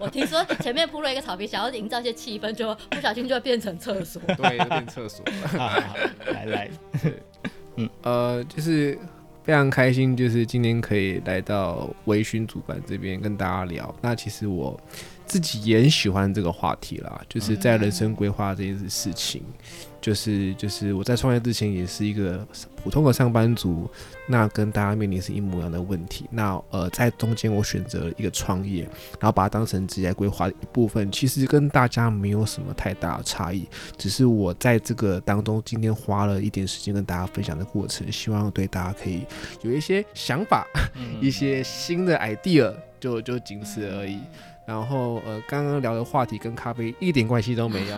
我听说前面铺了一个草皮，想要营造一些气氛，就不小心就变成厕所。对，变厕所。好好好来来，呃，就是非常开心，就是今天可以来到微醺主办这边跟大家聊。那其实我自己也很喜欢这个话题啦，就是在人生规划这件事情，就是就是我在创业之前也是一个普通的上班族，那跟大家面临是一模一样的问题。那呃，在中间我选择了一个创业，然后把它当成职业规划的一部分，其实跟大家没有什么太大的差异。只是我在这个当中，今天花了一点时间跟大家分享的过程，希望对大家可以有一些想法，嗯一些新的 idea，就就仅此而已。然后呃，刚刚聊的话题跟咖啡一点关系都没 有，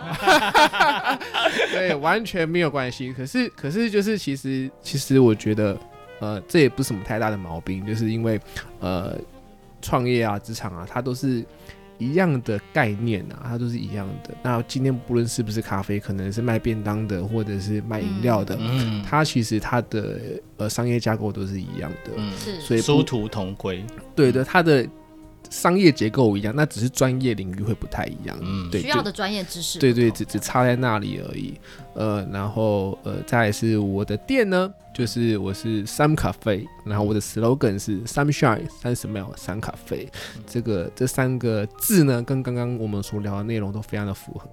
对，完全没有关系。可是可是就是其实其实我觉得呃，这也不是什么太大的毛病，就是因为呃，创业啊、职场啊，它都是一样的概念啊，它都是一样的。那今天不论是不是咖啡，可能是卖便当的，或者是卖饮料的，嗯，它其实它的呃商业架构都是一样的，嗯是，所以殊不途同归。对的，它的商业结构一样，那只是专业领域会不太一样。嗯对，需要就的专业知识。对对，只只差在那里而已。呃，然后呃，再来是我的店呢，就是我是 Sam Cafe，然后我的 slogan 是 Sunshine、三十 mile、三咖啡。这个这三个字呢，跟刚刚我们所聊的内容都非常的符合。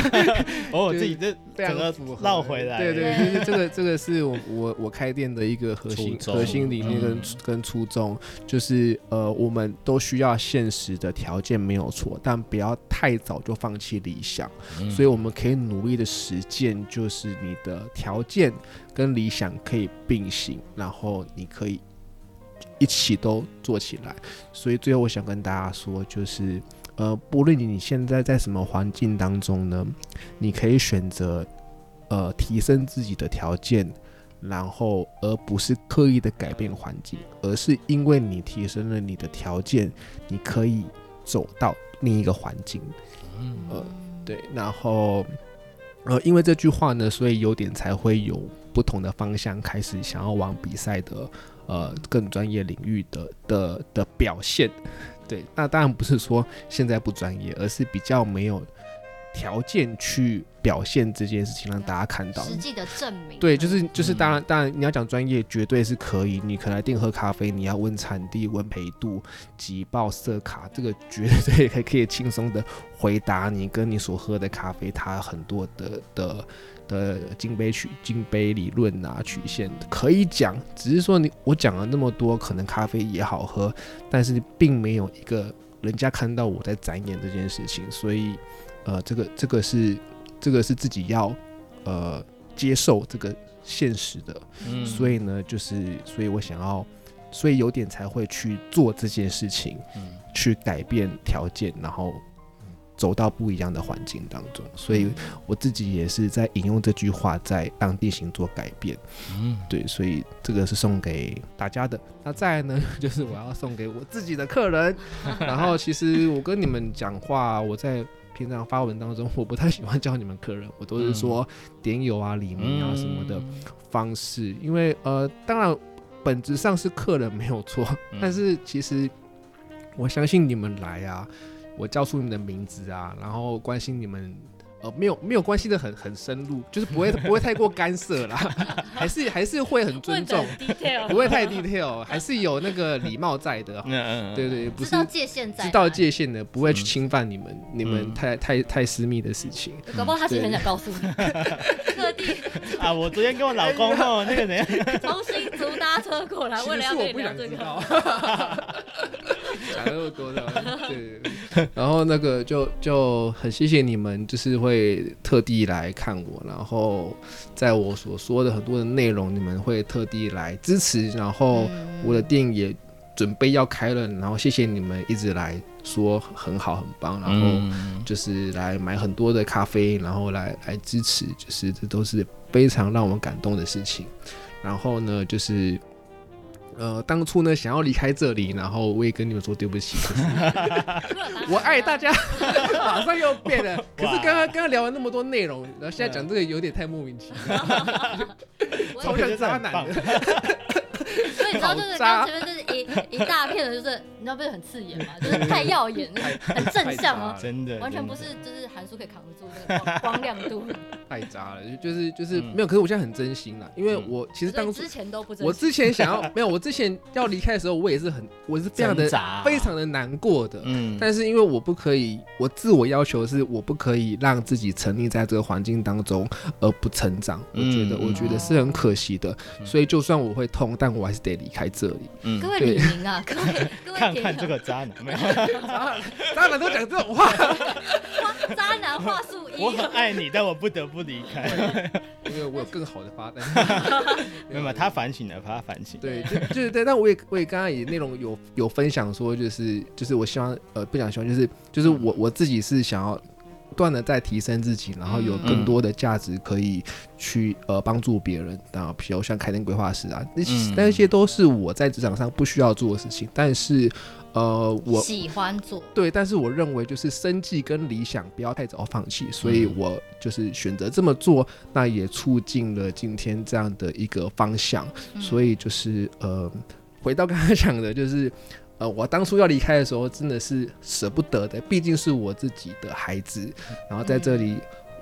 哦，我就是自己这非整常个符合绕回来，对对，对就是这个这个是我我我开店的一个核心初衷核心理念跟嗯跟初衷，就是呃，我们都需要现实的条件没有错，但不要太早就放弃理想，嗯所以我们可以努力的实践，就是你的条件跟理想可以并行，然后你可以一起都做起来。所以最后我想跟大家说，就是呃，不论你现在在什么环境当中呢，你可以选择呃提升自己的条件，然后而不是刻意的改变环境，而是因为你提升了你的条件，你可以走到另一个环境。呃，对，然后呃，因为这句话呢，所以有点才会有不同的方向，开始想要往比赛的呃更专业领域的的的表现。对，那当然不是说现在不专业，而是比较没有条件去表现这件事情，让大家看到。实际的证明。对，就是就是，嗯当然当然，你要讲专业绝对是可以，你可能来店喝咖啡，你要问产地、问焙度、挤爆色卡，这个绝对可以可以轻松的回答你跟你所喝的咖啡，它很多的的的金杯曲、金杯理论啊、曲线可以讲，只是说你我讲了那么多，可能咖啡也好喝，但是并没有一个人家看到我在展演这件事情，所以呃，这个这个是这个是自己要呃接受这个现实的，嗯所以呢，就是所以我想要，所以有点才会去做这件事情，嗯去改变条件，然后走到不一样的环境当中，所以我自己也是在引用这句话，在当地行做改变。嗯对，所以这个是送给大家的。那再来呢， 就是我要送给我自己的客人。然后其实我跟你们讲话，我在平常发文当中，我不太喜欢叫你们客人，我都是说点友啊、李明嗯啊什么的方式，因为呃，当然本质上是客人没有错，嗯但是其实我相信你们来啊，我叫出你们的名字啊，然后关心你们。呃，没有没有关系的很很深入，就是不 会不会太过干涉啦，还是还是会很尊重， detail，不会太 detail，还是有那个礼貌在的。嗯嗯，嗯对，对，不 知是道界限在哪里，知啊道界限的，不会去嗯侵犯你们、你们嗯太太太私密的事情。搞不好他只是很对想告 诉你，特地啊，我昨天跟我老哎公哦，那个怎样？从新竹搭车过来，为了要跟你聊这 啊个，，讲那么多的，对。 然后那个就就很谢谢你们，就是会特地来看我，然后在我所说的很多的内容，你们会特地来支持，然后嗯我的店也准备要开了，然后谢谢你们一直来说很好很棒，然后。嗯就是来买很多的咖啡，然后来来支持，就是这都是非常让我们感动的事情。然后呢，就是呃，当初呢想要离开这里，然后我也跟你们说对不起， 可是我爱大家。家，马上又变了。可是哇刚刚刚刚聊了那么多内容，然后现在讲这个有点太莫名其妙，我超像也渣 男的。所以你知道，就是啊刚刚前面就是 一一大片的，就是你知道不是很刺眼嘛，就是太耀眼，很正向哦，真的完全不，是就是函数可以扛得住那个光光亮度，太渣了，就是就是嗯没有。可是我现在很真心啦，因为嗯 我其实所以当初之前都不真我实之前想要没有，我之前要离开的时候，我也是很我是非常的挣扎非常的难过的。嗯但是因为我不可以，我自我要求是我不可以让自己沉溺在这个环境当中而不成长。我觉得，嗯我觉得是很可惜的。嗯所以就算我会痛，但我还是得离开这 里。嗯各位李明啊，各位各位看铁看这友，个渣 男，没有， 当然都讲这种话，啊渣男话术一我，很爱你，但我不得不离开。因为我有更好的发 展。没有，没有他反省了，他反省。对，就 就是对，但我也我也刚刚也内容有有分享说，就是就是我希望呃不讲希望，就是就是我我自己是想要不断的在提升自己，然后有更多的价值可以去呃帮助别人，然后比如像开店规划师啊，那些嗯那些都是我在职场上不需要做的事情，但是呃我喜欢做，对，但是我认为就是生计跟理想不要太早放弃，所以我就是选择这么做，那也促进了今天这样的一个方向。嗯所以就是呃，回到刚刚讲的，就是呃，我当初要离开的时候，真的是舍不得的，毕竟是我自己的孩子，然后在这嗯里。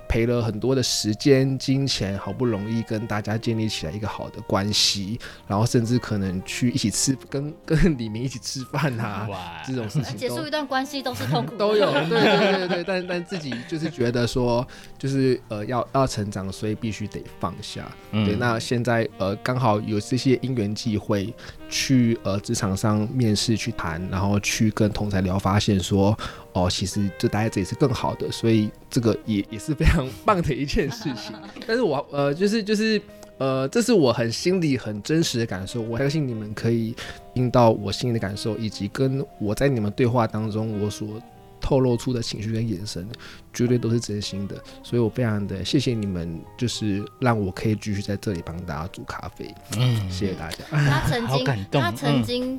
陪了很多的时间、金钱，好不容易跟大家建立起来一个好的关系，然后甚至可能去一起吃，跟跟李明一起吃饭啊，哇这种事情结都束一段关系都是痛苦的，都 有，对对对对，但但自己就是觉得说，就是呃要要成长，所以必须得放下。对，那现在呃刚好有这些因缘际会，去呃职场上面试去谈，然后去跟同才聊，发现说哦，其实就待在这里是更好的，所以这个也也是非常棒的一件事情。但是我呃就是就是。呃，这是我很心里很真实的感受，我相信你们可以听到我心里的感受，以及跟我在你们对话当中我所透露出的情绪跟眼神，绝对都是真心的。所以我非常的谢谢你们，就是让我可以继续在这里帮大家煮咖啡，嗯谢谢大家。他曾好感经，动他曾嗯经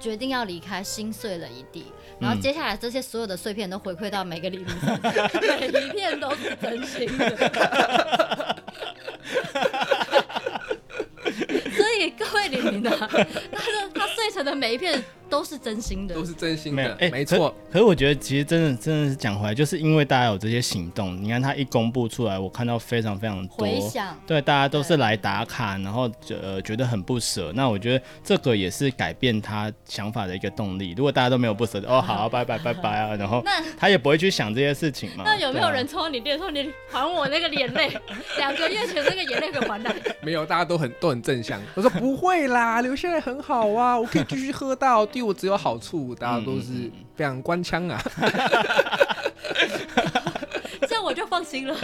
决定要离开，心碎了一地。嗯然后接下来这些所有的碎片都回馈到每个礼物上，每一片都是真心 的。所以各位李明啊，他的他碎成的每一片都是真心的 都。是真心没有的，，哎没错。可。可是我觉得，其实真的真的是讲回来，就是因为大家有这些行动，你看他一公布出来，我看到非常非常多回想对，大家都是来打卡，然后呃觉得很不舍。那我觉得这个也是改变他想法的一个动力。如果大家都没有不舍，哦好、 啊，拜拜拜拜啊，然后那他也不会去想这些事情嘛。那有没对有啊人戳你脸说你还我那个眼泪？两个月前那个眼泪给我 还来。没有，大家都很都很正向。我说不会啦，留下来很好啊，我可以继续喝到，对我只有好处。大家都是非常官腔啊，这样我就放心了。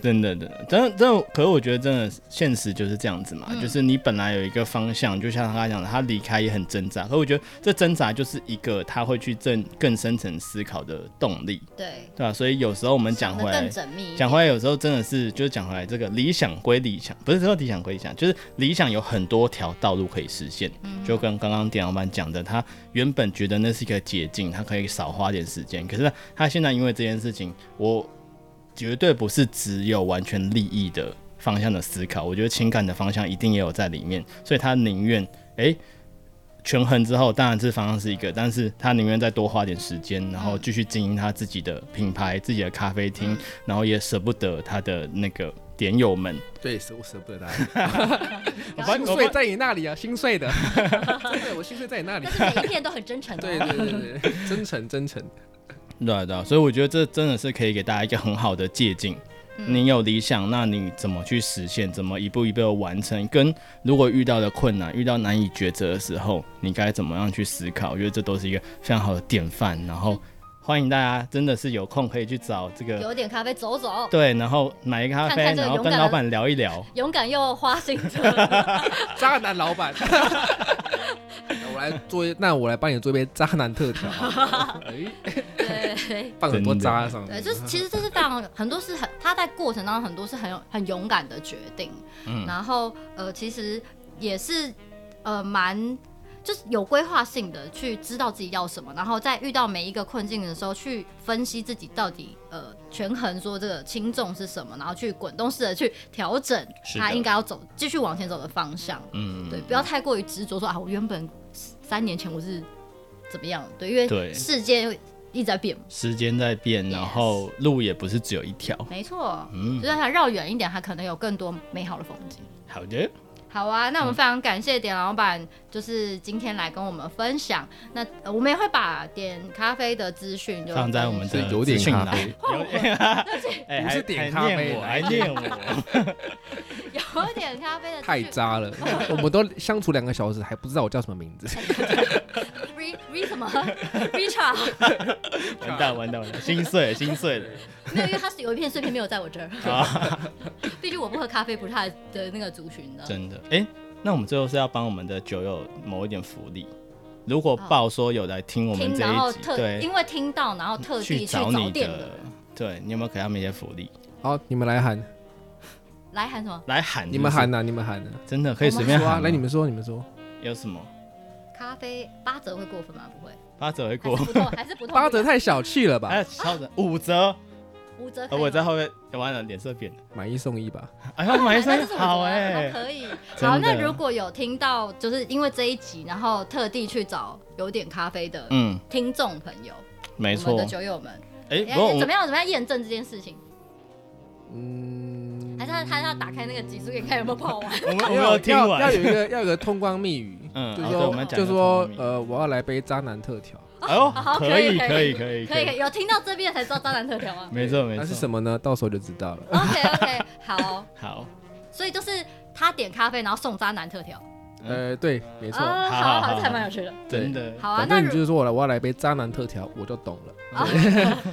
真的，真的，真的，真的，可是我觉得真的现实就是这样子嗯嘛，就是你本来有一个方向，就像他刚才讲的，他离开也很挣扎，可我觉得这挣扎就是一个他会去正更深层思考的动力，对，对吧、啊所以有时候我们讲想得回来更，缜密一点。讲回来有时候真的是就是讲回来，这个理想归理想，不是说理想归理想，就是理想有很多条道路可以实现，嗯就跟刚刚店老板讲的，他原本觉得那是一个捷径，他可以少花点时间，可是他现在因为这件事情，我绝对不是只有完全利益的方向的思考，我觉得情感的方向一定也有在里面，所以他宁愿诶权衡之后，当然这方向是一个，但是他宁愿再多花点时间，然后继续经营他自己的品牌、自己的咖啡厅，然后也舍不得他的那个点友们。对，舍我舍不得大 家。我发心我发碎在你那里啊，心碎 的，真的，我心碎在你那 里但。是每一天都很真诚、哦。对对对对，真诚真诚。对啊对啊，所以我觉得这真的是可以给大家一个很好的借鉴。嗯你有理想，那你怎么去实现？怎么一步一步的完成？跟如果遇到了困难、遇到难以抉择的时候，你该怎么样去思考？我觉得这都是一个非常好的典范。然后欢迎大家真的是有空可以去找这个，有点咖啡走走，对，然后买一个咖啡，看看这个然后勇跟敢的老板聊 一聊。勇敢又花心的。渣男老板。我来做，那我来帮你做一杯渣男特调啊，哎对。放很多渣在上对，面。就是其实这是非常很多是很他在过程当中很多是很有很勇敢的决定，然后呃其实也是呃蛮就是有规划性的去知道自己要什么，然后在遇到每一个困境的时候去分析自己到底呃权衡说这个轻重是什么，然后去滚动式的去调整是的他应该要走继续往前走的方向，嗯，对，不要太过于执着说啊我原本三年前我是怎么样，对，因为对世界一直在变嘛。时间在变，然后路也不是只有一条。没错，嗯就算想绕远一点，它可能有更多美好的风景。好的，好啊，那我们非常感谢点老板，就是今天来跟我们分享。那呃我们也会把点咖啡的资讯就放在我们所的以有点资讯咖栏啡，哦 有点，哎，不还是点咖还啡念我，还念我。有点咖啡的太资讯渣了，我们都相处两个小时还不知道我叫什么名字。 ，re re 什么 Richard，完蛋完蛋完蛋，心碎了 心碎了。没有，因为他是有一片碎片没有在我这 儿。毕竟我不喝咖啡，不是他的那个族群的。真的，哎、那我们最后是要帮我们的酒友谋一点福利。如果报说有来听我们哦听，这然一后集，特对因，为听到，然后特地去找找你店的，对你有没有给他们一些福利？好，你们来喊，来喊什么来喊是不是，你们喊啊呐，你们喊呐，真的可以随便说喊啊，吗。来你们说，你们说，有什么咖啡八折会过分吗？不会，八折会过还是，不错，还是不错。八折太小气了吧 哎，？超折五折，五折可呃以吗，我在后面完了，脸色变了。买一送一吧，哎呀， 马医那生这是我好觉得哎、好可 以。真好，那的如果有听到，就是因为这一集，然后特地去找有点咖啡的嗯，听众朋友，没我错们的。酒友们，哎、哎不过我怎们么样怎么样验证这件事情？嗯，还是他他要打开那个集数给你看有没有不好 玩？我们我要没有听要要完有。一个要有一个通关密语，嗯就哦是对我们说讲一就说个通关密语呃，我要来杯渣男特调，哎呦，哦好，可以可以以可以可以，，有听到这边才知道渣男特调吗没错没错。那是什么呢？到时候就知道了。 ？OK OK，好，好，所以就是他点咖啡，然后送渣男特调，嗯呃，对，没错。啊好好好好，好这还蛮有趣的。真的。好啊，反那正你如就是说我来，我要来杯渣男特调，我就懂了。啊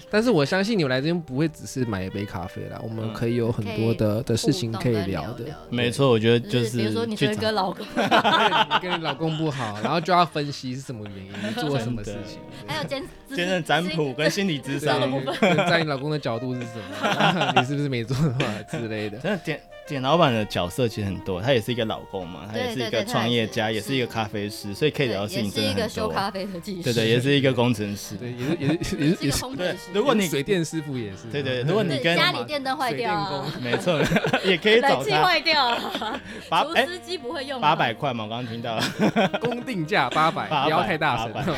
但是我相信你们来这边不会只是买一杯咖啡啦，我们可以有很多的的事嗯情可以聊的。没错，我觉得就就是是比如说你去是找跟 老公，对你跟你老公不好，然后就要分析是什么原因，你做了什么事情，还有兼真正占卜跟心理智对 商， 对在你老公的角度是什么，你是不是没做的话之类的。真的点简老板的角色其实很多，他也是一个老公嘛，他对也是一对个对他创也业是家，也是是一个咖啡师，所以可以聊的事也情是真的一很个多。啊修咖啡的技术，对对，也是一个工程师。对，也是也是也是是一也个是，烘对焙师。如果你水电师傅也是，对对对如果你对跟家里电灯坏掉 啊，没错，也可以找冷气他坏掉啊，八厨哎师机不会用啊，八百块嘛，我刚刚听到了。工定价八百， 800不要太大声。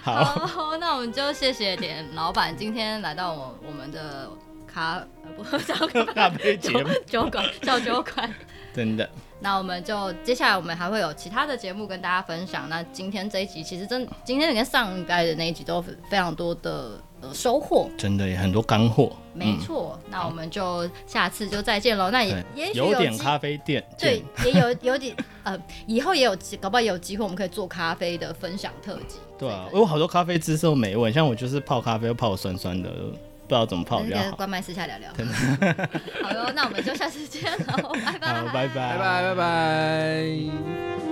好，好，那我们就谢谢点老板今天来到我我们的咖呃不 叫咖啡节 目酒酒馆叫酒馆。真的那我们就接下来我们还会有其他的节目跟大家分享。那今天这一集其实真今天跟上礼拜的那一集都非常多的呃收获。真的也很多干货，没错，那我们就下次就再见喽。那也对也许嗯 有点机咖啡店对见。，也有有点呃，以后也有机，搞不好也有机会，我们可以做咖啡的分享特辑。对啊，所我有好多咖啡知识都没问，像我就是泡咖啡又泡酸酸的，不知道怎么泡以比可较以跟好。关麦私下聊聊。好哟，那我们就下次见喽，拜拜好，拜拜，拜拜拜拜。